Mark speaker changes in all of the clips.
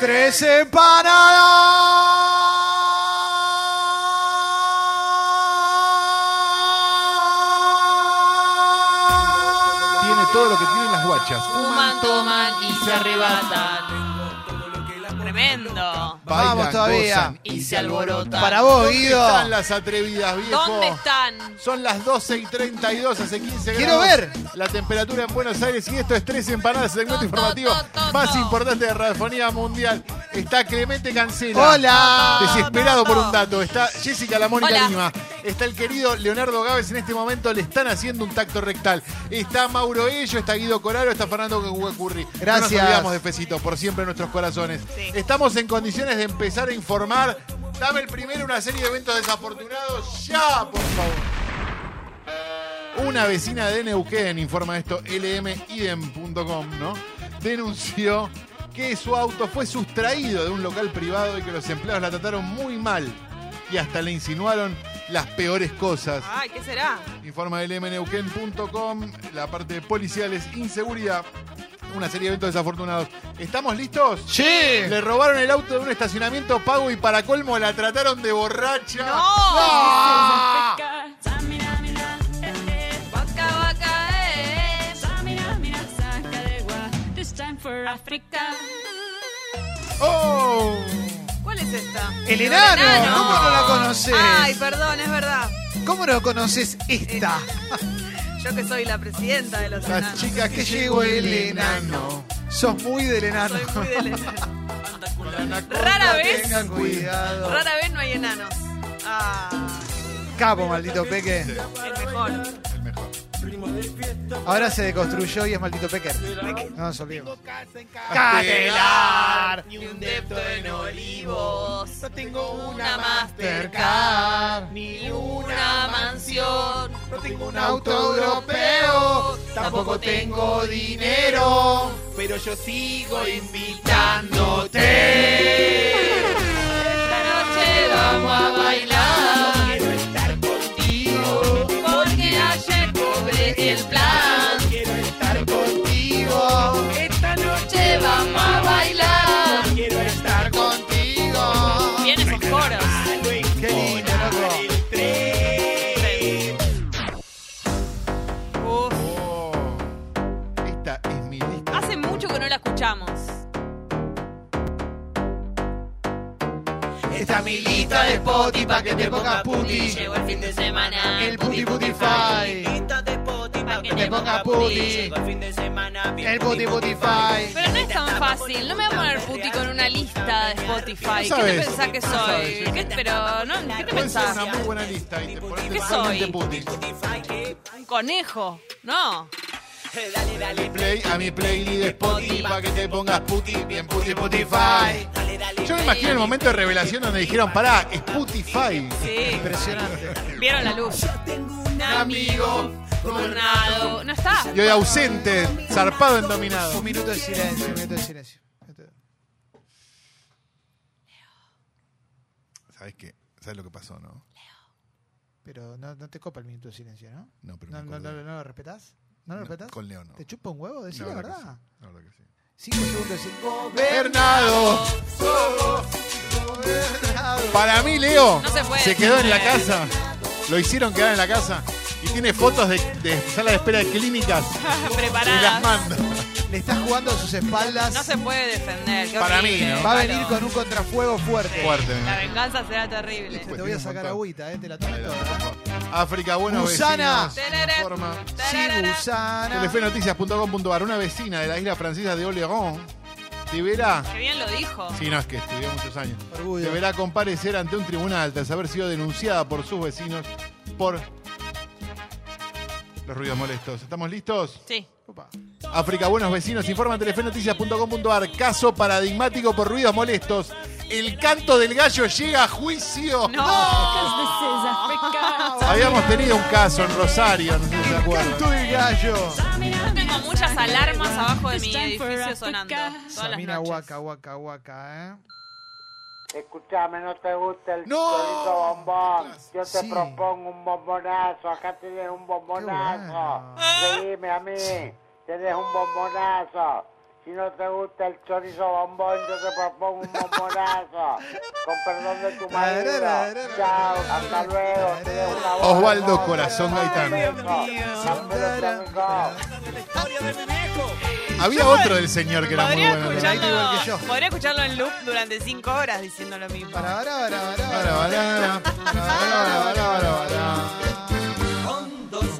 Speaker 1: Tres empanadas.
Speaker 2: Tiene todo lo que tienen las guachas.
Speaker 3: Fuman, toman y se arrebatan. Tremendo.
Speaker 2: Bailan,
Speaker 1: Vamos todavía.
Speaker 2: gozan
Speaker 3: Y se alborotan.
Speaker 1: Para vos,
Speaker 2: ¿Dónde
Speaker 1: Guido.
Speaker 2: están las atrevidas, viejo?
Speaker 3: ¿Dónde están?
Speaker 2: Son las 12 y 32, hace 15
Speaker 1: Quiero
Speaker 2: grados.
Speaker 1: ver.
Speaker 2: La temperatura en Buenos Aires y esto es Tres Empanadas, el segmento
Speaker 3: To, to,
Speaker 2: informativo
Speaker 3: to, to,
Speaker 2: más
Speaker 3: to.
Speaker 2: importante de radiofonía mundial. Está Clemente Cancela.
Speaker 1: Hola.
Speaker 2: Desesperado por un
Speaker 3: no.
Speaker 2: dato. Está Jessica La Mónica
Speaker 3: Hola.
Speaker 2: Lima. Está el querido Leonardo Gávez. En este momento le están haciendo un tacto rectal. Está Mauro Ello, está Guido Coraro, está Fernando Curri. No nos
Speaker 1: Gracias.
Speaker 2: olvidamos de Fecito, por siempre en nuestros corazones. Estamos en condiciones de empezar a informar. Dame el primero una serie de eventos desafortunados ya, por favor. Una vecina de Neuquén, informa esto lmidem.com, ¿no? Denunció que su auto fue sustraído de un local privado y que los empleados la trataron muy mal y hasta le insinuaron las peores cosas.
Speaker 4: Ay, ¿qué será?
Speaker 2: Informa lmneuquén.com, la parte policial es inseguridad, una serie de eventos desafortunados. ¿Estamos listos?
Speaker 1: Sí.
Speaker 2: Le robaron el auto de un estacionamiento pago y para colmo la trataron de borracha.
Speaker 1: Ah.
Speaker 3: Vaca, vaca, eh.
Speaker 4: Ah,
Speaker 2: ¡Oh!
Speaker 4: ¿Cuál es esta?
Speaker 1: El enano.
Speaker 3: enano.
Speaker 1: ¿Cómo no la conoces?
Speaker 4: Ay, perdón, es verdad.
Speaker 1: ¿Cómo no conoces esta?
Speaker 4: Yo que soy la presidenta de los
Speaker 2: La
Speaker 4: enanos.
Speaker 2: chica que llegó el enano.
Speaker 1: Sos muy del enano.
Speaker 4: Soy muy del enano.
Speaker 2: Con la anaconda
Speaker 4: Rara vez.
Speaker 2: tengan cuidado.
Speaker 1: Cuidado.
Speaker 4: Rara vez no hay enanos. Ah,
Speaker 1: Capo, maldito Peque.
Speaker 4: el mejor.
Speaker 2: El mejor.
Speaker 1: Ahora se deconstruyó y es maldito Peque. No nos olvidemos.
Speaker 2: Catelar.
Speaker 4: Y un depto en olivos. No tengo una
Speaker 1: Mastercard.
Speaker 4: Ni una mansión.
Speaker 2: No tengo un
Speaker 1: auto
Speaker 2: europeo,
Speaker 4: tampoco tengo
Speaker 2: dinero,
Speaker 5: Pero yo sigo invitándote.
Speaker 4: Esta noche vamos a bailar.
Speaker 5: Quiero estar contigo.
Speaker 4: Porque ayer cobré el plan.
Speaker 5: Quiero estar contigo. Esta noche
Speaker 4: Vamos a bailar.
Speaker 5: Quiero estar contigo.
Speaker 3: Bien esos coros.
Speaker 5: Malo en
Speaker 1: Qué lindo, loco.
Speaker 5: colar el tren.
Speaker 4: Uf.
Speaker 2: Esta es mi lista.
Speaker 3: Hace mucho que no la escuchamos.
Speaker 5: Esta milita de poti pa' que te pongas puti.
Speaker 3: Llegó el fin de semana.
Speaker 1: El puti putify.
Speaker 5: de poti
Speaker 3: pa' que
Speaker 1: te pongas puti.
Speaker 5: Llegó el fin de semana. bien
Speaker 1: El puti
Speaker 5: puti,
Speaker 1: putify.
Speaker 3: Pero no es tan fácil, no me voy a poner puti con una lista de Spotify.
Speaker 2: No
Speaker 3: ¿Qué te
Speaker 2: sabes.
Speaker 3: pensás que
Speaker 2: No
Speaker 3: soy?
Speaker 2: sabes.
Speaker 3: ¿Qué, pero, no, ¿qué te
Speaker 2: Puede ser
Speaker 3: pensás?
Speaker 2: una muy buena lista. ¿viste? Ponete
Speaker 3: ¿Qué
Speaker 2: totalmente
Speaker 3: soy?
Speaker 2: puti.
Speaker 3: ¿Un conejo? No.
Speaker 5: Dale, dale,
Speaker 2: Play a mi playlist de Spotify pa' que te pongas puti, bien puti putify.
Speaker 5: dale, dale.
Speaker 2: Yo me imagino el momento de revelación donde dijeron, pará, es putify.
Speaker 3: Sí.
Speaker 1: Impresionante.
Speaker 3: Vieron la luz. Un
Speaker 2: amigo
Speaker 3: tornado. No está.
Speaker 2: Y hoy ausente, zarpado en dominado.
Speaker 1: Un minuto de silencio, un minuto de silencio.
Speaker 2: ¿Sabes qué? ¿Sabes lo que pasó, no?
Speaker 1: Pero no, no te copa el minuto de silencio, ¿no?
Speaker 2: No, pero me
Speaker 1: ¿No, no,
Speaker 2: acordé.
Speaker 1: no- no lo respetás? ¿No lo
Speaker 2: No,
Speaker 1: respetás?
Speaker 2: con Leo no.
Speaker 1: ¿Te chupa un huevo? Decí la
Speaker 2: que
Speaker 1: verdad.
Speaker 2: sí, la verdad que sí.
Speaker 1: Cinco segundos de silencio.
Speaker 2: Bernardo. Para mí, Leo,
Speaker 3: No se puede.
Speaker 2: quedó en la casa. Lo hicieron quedar en la casa. Y tiene fotos de, de sala de espera de clínicas. Y las
Speaker 3: Preparadas.
Speaker 2: manda.
Speaker 1: Le está jugando a sus espaldas.
Speaker 3: No se puede defender. qué
Speaker 2: Para
Speaker 3: horrible.
Speaker 2: mí, ¿no?
Speaker 1: Va a
Speaker 3: Claro.
Speaker 1: venir con un contrafuego fuerte.
Speaker 2: Fuerte.
Speaker 3: La venganza será terrible.
Speaker 1: Te voy a sacar agüita, ¿eh? Te la tomo toda.
Speaker 2: África, buenos
Speaker 1: Gusana.
Speaker 2: vecinos. Informa.
Speaker 1: Sí,
Speaker 3: Tararara.
Speaker 1: gusana.
Speaker 2: Telefenoticias.com.ar. Una vecina de la isla francesa de Olegón deberá,
Speaker 3: Qué bien lo dijo.
Speaker 2: si no es que estudió muchos años,
Speaker 1: Orgullo.
Speaker 2: deberá comparecer ante un tribunal tras haber sido denunciada por sus vecinos por los ruidos molestos. ¿Estamos listos?
Speaker 3: Sí.
Speaker 2: Opa. África, buenos vecinos, informa telefenoticias.com.ar. Caso paradigmático por ruidos molestos. El canto del gallo llega a juicio.
Speaker 3: No.
Speaker 2: Habíamos tenido un caso en Rosario, no sé si se
Speaker 1: Canto
Speaker 2: acuerdan.
Speaker 1: del gallo.
Speaker 3: Yo tengo muchas alarmas abajo de mi edificio sonando. Todas las
Speaker 1: Samina
Speaker 3: noches.
Speaker 1: Huaca, Huaca, Huaca, ¿eh?
Speaker 6: Escuchame, no te gusta el
Speaker 2: No.
Speaker 6: chorizo bombón. Yo te
Speaker 1: Sí.
Speaker 6: propongo un bombonazo. Acá tenés un bombonazo.
Speaker 1: bueno.
Speaker 6: Dime a mí. Tenés un bombonazo. Si no te gusta el chorizo bombón, yo te propongo un bombonazo. Con perdón de tu marido. Chao, hasta luego. Tenés una voz
Speaker 2: Osvaldo
Speaker 6: hermosa.
Speaker 2: Corazón Gaitán.
Speaker 6: Amigo.
Speaker 2: Había otro del señor que era muy
Speaker 4: Podría
Speaker 2: bueno.
Speaker 1: escucharlo- igual que yo.
Speaker 4: escucharlo, podría escucharlo en loop durante cinco horas diciendo lo mismo.
Speaker 1: Para, para, para, para,
Speaker 2: Bara, bara, bara, bara, bara, bara.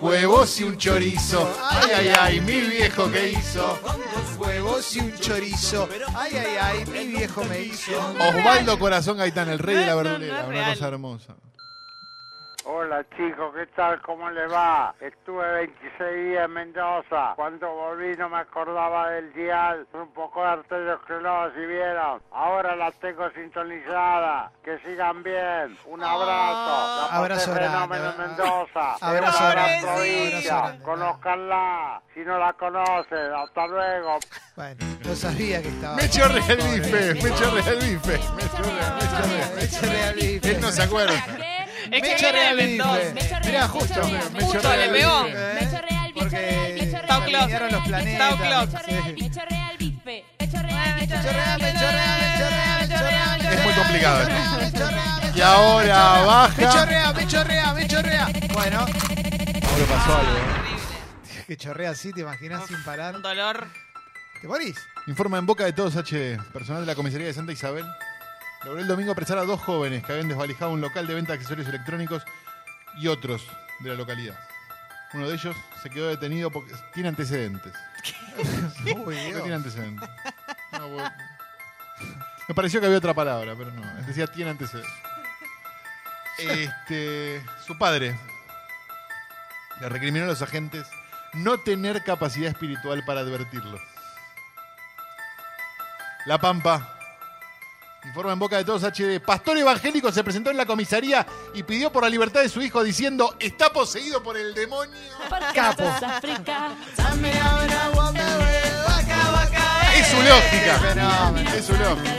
Speaker 2: Huevos y un chorizo. Ay, ay, ay, mi viejo que hizo.
Speaker 1: Dos huevos y un chorizo. Ay, ay, ay, mi viejo me hizo.
Speaker 2: Osvaldo Corazón Gaitán, el rey de la
Speaker 4: No, no,
Speaker 2: verdulera.
Speaker 4: no es
Speaker 2: Una
Speaker 4: real.
Speaker 2: cosa hermosa.
Speaker 6: Hola chicos, ¿qué tal? ¿Cómo le va? Estuve 26 días en Mendoza. Cuando volví no me acordaba del dial. Fue un poco de arteriosclerosis, si vieron. Ahora la tengo sintonizada. Que sigan bien. Un abrazo. La
Speaker 1: Ah.
Speaker 6: pasé
Speaker 1: Abrazo grande.
Speaker 6: fenómeno en Mendoza.
Speaker 1: Abrazo
Speaker 6: Viva la
Speaker 1: grande.
Speaker 6: provincia.
Speaker 1: Abrazo grande.
Speaker 6: Conózcanla. Si no la conocen, hasta luego.
Speaker 1: Bueno, no sabía que estaba.
Speaker 2: Mecho Real Bife, Mecho Real Bife. Mecho Real, Mecho Real.
Speaker 1: Mecho Real Bife.
Speaker 2: Él no se acuerda.
Speaker 4: Es que
Speaker 1: Mecho
Speaker 4: viene de
Speaker 1: Real
Speaker 4: Mendoza.
Speaker 1: Bife. Mirá, justo.
Speaker 2: Mecho
Speaker 3: Justo,
Speaker 2: Real
Speaker 3: le pegó.
Speaker 2: Bife.
Speaker 7: Mecho real, bicho real,
Speaker 1: Porque
Speaker 7: bicho real.
Speaker 1: se
Speaker 3: Taucloc.
Speaker 1: alinearon los planetas.
Speaker 3: Taucloc.
Speaker 1: Sí.
Speaker 7: Bicho real, bife. Bicho real, bicho
Speaker 1: Mecho
Speaker 7: real.
Speaker 1: Real, Mecho Real, Mecho Real, Mecho Real, Mecho
Speaker 2: Es muy
Speaker 1: Real,
Speaker 2: complicado
Speaker 1: Mecho Real, Mecho Real, Mecho
Speaker 2: Y ahora
Speaker 1: Me
Speaker 2: baja.
Speaker 1: chorrea, me chorrea, me chorrea. Bueno,
Speaker 2: Ahora pasó algo. ¿eh?
Speaker 1: que chorrea así, te imaginas sin parar.
Speaker 4: Un dolor.
Speaker 1: ¿Te morís?
Speaker 2: Informa en boca de todos HD, personal de la comisaría de Santa Isabel. Logró el domingo apresar a dos jóvenes que habían desvalijado un local de venta de accesorios electrónicos y otros de la localidad. Uno de ellos se quedó detenido porque tiene antecedentes.
Speaker 1: Uy,
Speaker 2: ¿Por qué tiene
Speaker 1: Dios.
Speaker 2: antecedentes? No, porque- Me pareció que había otra palabra, pero no. Decía tiene antecedentes. Este, su padre le recriminó a los agentes no tener capacidad espiritual para advertirlo. La Pampa. Informa en boca de todos HD. Pastor evangélico se presentó en la comisaría y pidió por la libertad de su hijo diciendo, está poseído por el demonio.
Speaker 1: Capo.
Speaker 7: África.
Speaker 5: eh.
Speaker 2: Es su lógica. Es su lógica.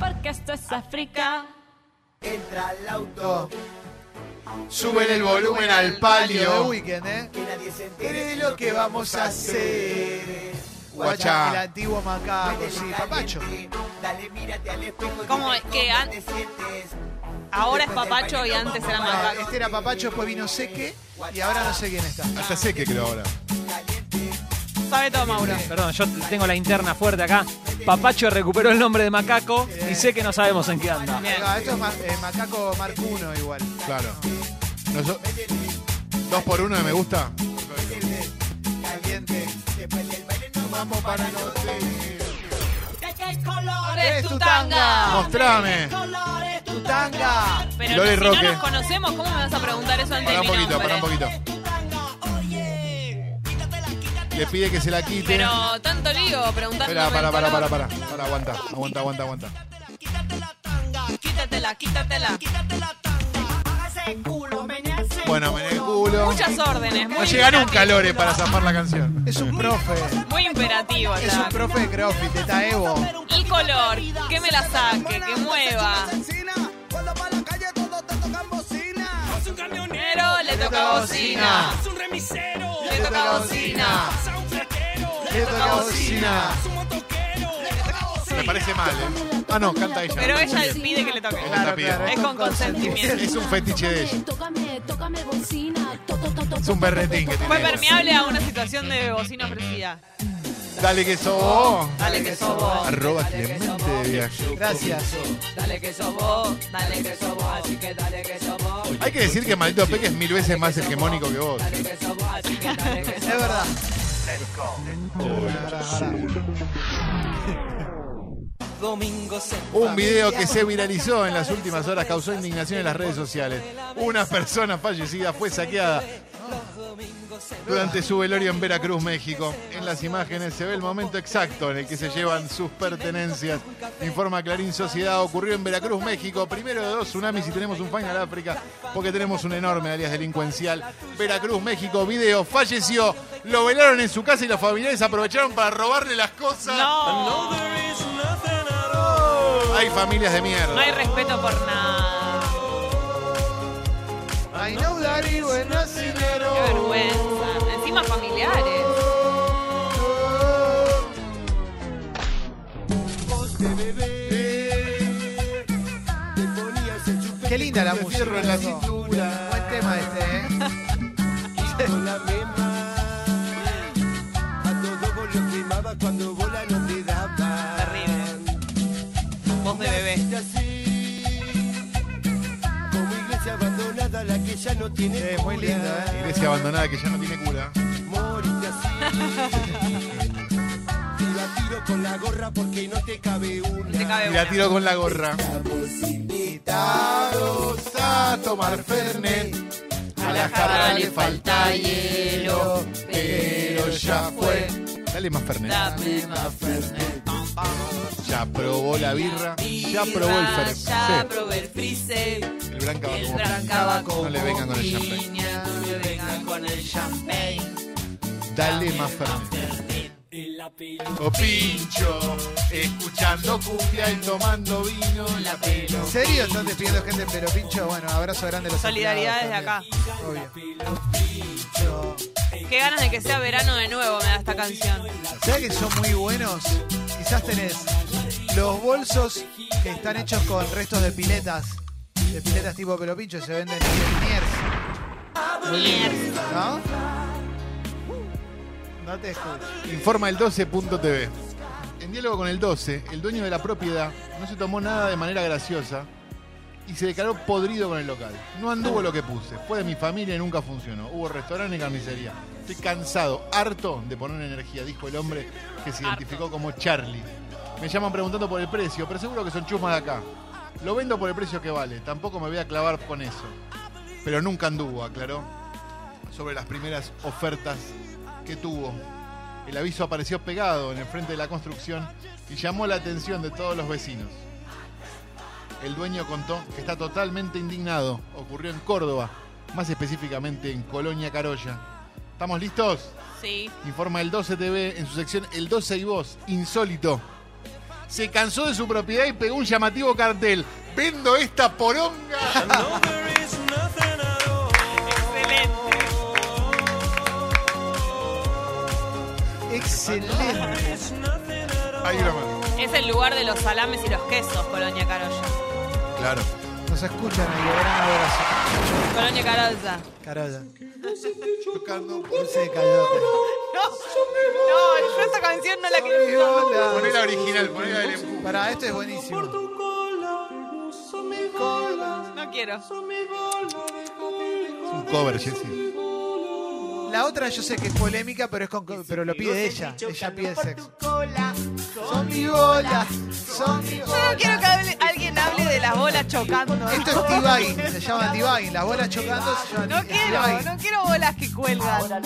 Speaker 7: Porque esto es África.
Speaker 2: Suben el volumen al
Speaker 1: De
Speaker 2: palio.
Speaker 1: weekend, ¿eh?
Speaker 5: Eres
Speaker 1: lo que vamos a hacer.
Speaker 2: Guacha.
Speaker 1: El antiguo macaco, sí, papacho.
Speaker 5: Dale, mírate al espejo.
Speaker 3: Como
Speaker 5: dime
Speaker 3: que
Speaker 5: cómo
Speaker 3: an-
Speaker 5: te sientes.
Speaker 4: Ahora es papacho y antes era
Speaker 1: Ah,
Speaker 4: macaco.
Speaker 1: Este era papacho, después vino seque y ahora no sé quién está.
Speaker 2: Hasta sé que creo ahora.
Speaker 4: Sabe todo Mauro.
Speaker 8: Perdón, yo tengo la interna fuerte acá. Papacho recuperó el nombre de macaco y sé que no sabemos en qué anda.
Speaker 4: Bien.
Speaker 1: Ah, esto es ma- eh, macaco Marcuno igual.
Speaker 2: Claro. Noso- dos por uno de me gusta.
Speaker 1: Caliente. pues,
Speaker 2: Vamos para el
Speaker 5: ¿De qué color
Speaker 1: es tu tanga?
Speaker 2: Mostrame.
Speaker 5: color es tu
Speaker 1: Tu tanga.
Speaker 3: Pero
Speaker 2: Lore
Speaker 3: no, si
Speaker 2: Roque.
Speaker 3: no nos conocemos, ¿cómo me vas a preguntar eso antes
Speaker 2: Para
Speaker 3: de
Speaker 2: un
Speaker 3: mi
Speaker 2: poquito, para
Speaker 3: nombre?
Speaker 2: un poquito. Le pide que se la quite.
Speaker 3: Pero tanto lío preguntándome
Speaker 2: Espera, para,
Speaker 3: el
Speaker 2: para, para,
Speaker 3: color.
Speaker 2: para. Para, aguanta. Aguanta, aguanta, aguanta.
Speaker 3: Quítatela, quítatela.
Speaker 2: Bueno, me en el culo.
Speaker 3: Muchas órdenes.
Speaker 2: No
Speaker 3: Muy
Speaker 2: llega
Speaker 3: imperativo.
Speaker 2: nunca Lore para zafar la canción.
Speaker 1: Es un profe.
Speaker 3: Muy imperativo.
Speaker 1: Es un
Speaker 3: acá.
Speaker 1: profe de CrossFit, de Taebo.
Speaker 3: El color, que me la saque, que mueva. Pero le toca bocina. Le toca bocina.
Speaker 1: Le toca bocina.
Speaker 2: Me parece mal, ¿eh? Ah, no, canta ella.
Speaker 4: Pero ella pide que le toque.
Speaker 2: Claro, claro,
Speaker 4: Es con consentimiento.
Speaker 2: Es un fetiche de ella.
Speaker 7: Tócame, tócame bocina.
Speaker 2: Es un berretín que
Speaker 4: Fue
Speaker 2: tiene.
Speaker 4: permeable a una situación de bocina ofrecida.
Speaker 2: Dale que sos.
Speaker 4: Dale que sos vos.
Speaker 2: Arroba Clemente de Viaje.
Speaker 1: Gracias.
Speaker 5: Dale que sos vos, dale que sos vos, así que dale que sos vos.
Speaker 2: Hay que decir que Maldito Peque es mil veces más hegemónico que vos.
Speaker 5: Dale que sos vos, así que dale que
Speaker 1: Es
Speaker 5: sos
Speaker 1: verdad.
Speaker 5: vos. Domingos en
Speaker 2: Un video que se viralizó en las últimas horas causó indignación en las redes sociales. Una persona fallecida fue saqueada durante su velorio en Veracruz, México. En las imágenes se ve el momento exacto en el que se llevan sus pertenencias. Informa Clarín Sociedad, ocurrió en Veracruz, México. Primero de dos tsunamis y tenemos un Final África porque tenemos un enorme alias delincuencial. Veracruz, México, video, falleció. Lo velaron en su casa y los familiares aprovecharon para robarle las cosas.
Speaker 4: No.
Speaker 2: Hay familias de mierda.
Speaker 4: No hay respeto por nada.
Speaker 1: I know that he was nothing at
Speaker 3: Qué
Speaker 1: all.
Speaker 3: vergüenza. Encima familiares.
Speaker 9: beber. Te ponías el chupete
Speaker 1: Qué linda la
Speaker 9: con el
Speaker 1: música,
Speaker 9: fierro en la
Speaker 1: loco.
Speaker 9: cintura.
Speaker 1: Buen tema este, ¿eh?
Speaker 9: con la mema. A todo vos lo quemaba cuando bola no te daba.
Speaker 4: Terrible. Voz de bebé.
Speaker 9: Y así, como iglesia abandonada, la que ya no tiene
Speaker 1: Sí, muy
Speaker 9: cura.
Speaker 1: lindo, ¿eh?
Speaker 2: Iglesia abandonada que ya no tiene cura.
Speaker 9: Morite así. Te la tiro con la gorra porque no te cabe una.
Speaker 3: Te cabe
Speaker 2: Y la
Speaker 3: una.
Speaker 2: tiro con la gorra.
Speaker 9: Invitados
Speaker 2: a tomar Fernet.
Speaker 3: A la jarra le falta hielo,
Speaker 2: pero ya fue. Dale más Fernet.
Speaker 3: Dame más Fernet.
Speaker 2: Ya probó la birra. Ya probó el Fernet.
Speaker 3: Ah, Ya
Speaker 2: Sí,
Speaker 3: probé el freezer,
Speaker 2: el branca va
Speaker 3: el
Speaker 2: como-
Speaker 3: brancaba con
Speaker 2: No le vengan con el champagne.
Speaker 3: piña, no le vengan con el champagne.
Speaker 2: Dale más Fernet. O pincho, escuchando cumbia y tomando vino. La
Speaker 1: ¿En serio están despidiendo gente pero pincho? Bueno, abrazo grande a los
Speaker 3: Solidaridad desde acá.
Speaker 1: empleados también,
Speaker 3: Qué ganas de que sea verano de nuevo me da esta canción.
Speaker 1: Obvio. ¿Sabes que son muy buenos? Quizás tenés los bolsos que están hechos con restos de piletas. De piletas tipo pelo pincho se venden en Miers,
Speaker 3: Mierda.
Speaker 1: ¿no? No te escucho.
Speaker 2: Informa el 12.tv. En diálogo con el 12, el dueño de la propiedad no se tomó nada de manera graciosa y se declaró podrido con el local. No anduvo lo que puse. Fue de mi familia y nunca funcionó. Hubo restaurante y carnicería. Estoy cansado, harto de poner energía, dijo el hombre que se identificó como Charlie. Me llaman preguntando por el precio, pero seguro que son chusmas de acá. Lo vendo por el precio que vale. Tampoco me voy a clavar con eso. Pero nunca anduvo, aclaró, sobre las primeras ofertas que tuvo. El aviso apareció pegado en el frente de la construcción y llamó la atención de todos los vecinos. El dueño contó que está totalmente indignado. Ocurrió en Córdoba, más específicamente en Colonia Carolla. ¿Estamos listos?
Speaker 3: Sí.
Speaker 2: Informa el 12 TV en su sección El 12 y vos, insólito. Se cansó de su propiedad y pegó un llamativo cartel. Vendo esta poronga.
Speaker 3: Excelente.
Speaker 1: Excelente.
Speaker 2: Ahí lo mando.
Speaker 3: Es el lugar de los salames y los quesos, Colonia Carolla.
Speaker 2: Claro.
Speaker 1: Nos escuchan ahí, gran abrazo.
Speaker 3: Colonia Carolla.
Speaker 1: Carola.
Speaker 2: Tocando.
Speaker 1: Dulce de cayote.
Speaker 3: No, no, yo esta canción no la quiero.
Speaker 2: Poné
Speaker 1: Viola.
Speaker 2: la original, poné la del empu.
Speaker 1: Pará, esto es buenísimo.
Speaker 3: No quiero.
Speaker 2: Un cover, Jessy.
Speaker 1: La otra yo sé que es polémica, pero es con, pero lo pide ella. Ella pide sexo. Son mi bola, son mi
Speaker 3: Yo no quiero que
Speaker 1: bola.
Speaker 3: hable- alguien hable de las bolas chocando.
Speaker 1: Esto es T-Bag, se llama T-Bag. Las bolas chocando se llaman
Speaker 3: No quiero,
Speaker 1: T-Bag.
Speaker 3: no quiero bolas que cuelgan.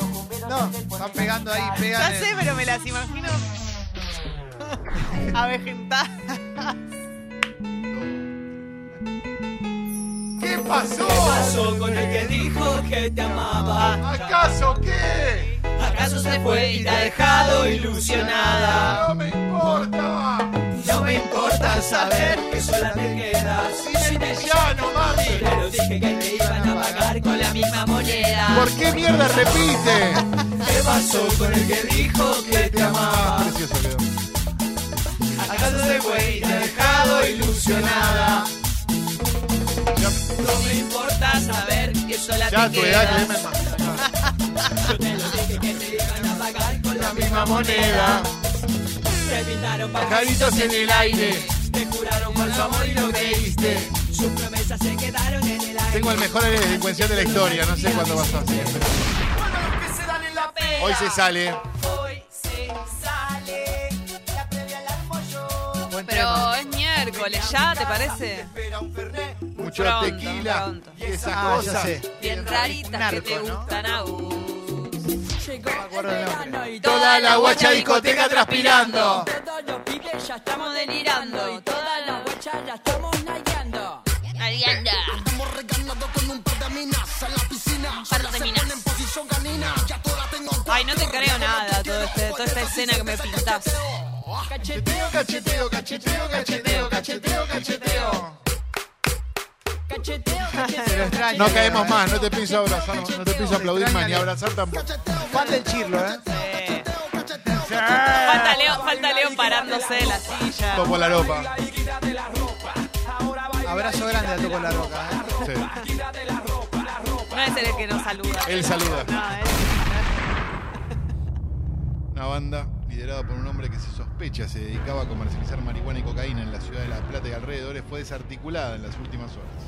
Speaker 1: No, van pegando ahí, pegan.
Speaker 3: Ya sé, pero me las imagino avejentadas.
Speaker 2: ¿Qué pasó?
Speaker 5: Pasó con el que dijo que te amaba.
Speaker 2: ¿Acaso qué?
Speaker 5: ¿Acaso se fue y te ha dejado ilusionada?
Speaker 2: me importa.
Speaker 5: No me importa saber que sola te quedas. Si te llamo, mami. Pero dije que te iban a pagar con la misma moneda.
Speaker 2: ¿Por qué mierda repite?
Speaker 5: ¿Qué pasó con el que dijo que te amaba?
Speaker 2: Precioso quedó.
Speaker 5: ¿Acaso se fue y te ha dejado ilusionada? No me importa saber que sola
Speaker 2: Ya,
Speaker 5: te
Speaker 2: tu edad,
Speaker 5: quedas.
Speaker 2: Clemen, más.
Speaker 5: Yo te lo dije que te iban a pagar con
Speaker 2: misma
Speaker 5: la misma
Speaker 2: moneda.
Speaker 5: moneda. Te pintaron
Speaker 2: Pajaritos en el aire.
Speaker 5: Te juraron por su amor y no creíste. Sus promesas se quedaron en el aire.
Speaker 2: Tengo el mejor aire delincuencial de la historia, no sé cuándo vas a hacer.
Speaker 5: que se dan en la pena.
Speaker 2: Hoy se sale.
Speaker 5: Hoy se sale. La previa al apoyo.
Speaker 1: Buen tema.
Speaker 3: Pero es miércoles, ¿ya te parece?
Speaker 2: Mucho
Speaker 3: Pronto,
Speaker 2: tequila
Speaker 3: pronto.
Speaker 2: y esas
Speaker 1: Ah, ya
Speaker 2: cosas.
Speaker 1: sé.
Speaker 3: Bien raritas que te
Speaker 1: Narco, ¿no?
Speaker 3: gustan a vos.
Speaker 10: Llegó el verano y
Speaker 2: Toda la guacha discoteca transpirando.
Speaker 10: todos los pibes ya estamos delirando y todas las guachas ya estamos nayando.
Speaker 3: Arianda. Ay, no te creo nada, todo este- toda esta escena que me pintas.
Speaker 2: Cacheteo, cacheteo, cacheteo, cacheteo, cacheteo, cacheteo.
Speaker 10: Cacheteo,
Speaker 1: Se lo extraño.
Speaker 2: No caemos más, no te pienso abrazar, no te pienso aplaudir más ni abrazar tampoco.
Speaker 1: Falta el chirlo, ¿eh?
Speaker 3: Eh,
Speaker 1: Se
Speaker 3: Falta Leo, falta Leo parándose de la silla.
Speaker 2: Topo la ropa.
Speaker 1: Abrazo grande a Topo la Roca. ¿eh?
Speaker 2: Sí.
Speaker 3: No es él el que nos saluda.
Speaker 2: Él saluda.
Speaker 3: No, él-
Speaker 2: Una banda liderada por un hombre que se sospecha se dedicaba a comercializar marihuana y cocaína en la ciudad de La Plata y alrededores fue desarticulada en las últimas horas.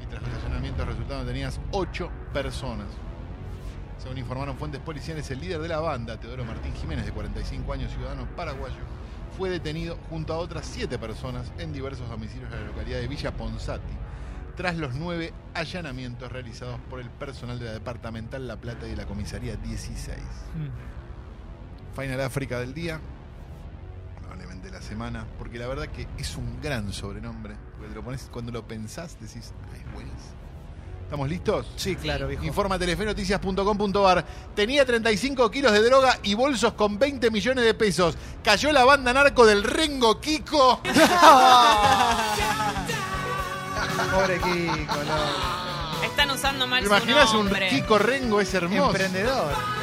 Speaker 2: Y tras los allanamientos resultaron detenidas ocho personas. Según informaron fuentes policiales, el líder de la banda, Teodoro Martín Jiménez, de 45 años, ciudadano paraguayo, fue detenido junto a otras siete personas en diversos domicilios de la localidad de Villa Ponsati, tras los nueve allanamientos realizados por el personal de la Departamental La Plata y de la Comisaría 16.
Speaker 1: Hmm.
Speaker 2: Final África del día, probablemente la semana, porque la verdad que es un gran sobrenombre. Porque te lo pones, cuando lo pensás, decís, ay, buenísimo. ¿Estamos listos?
Speaker 1: Sí, claro, viejo.
Speaker 2: Informa telefenoticias.com.ar. Tenía 35 kilos de droga y bolsos con 20 millones de pesos. Cayó la banda narco del Rengo Kiko.
Speaker 1: Pobre Kiko, no.
Speaker 3: Están usando mal
Speaker 2: ¿Te
Speaker 3: su
Speaker 2: imaginas un
Speaker 3: nombre.
Speaker 2: Kiko Rengo? Es hermoso.
Speaker 1: Emprendedor.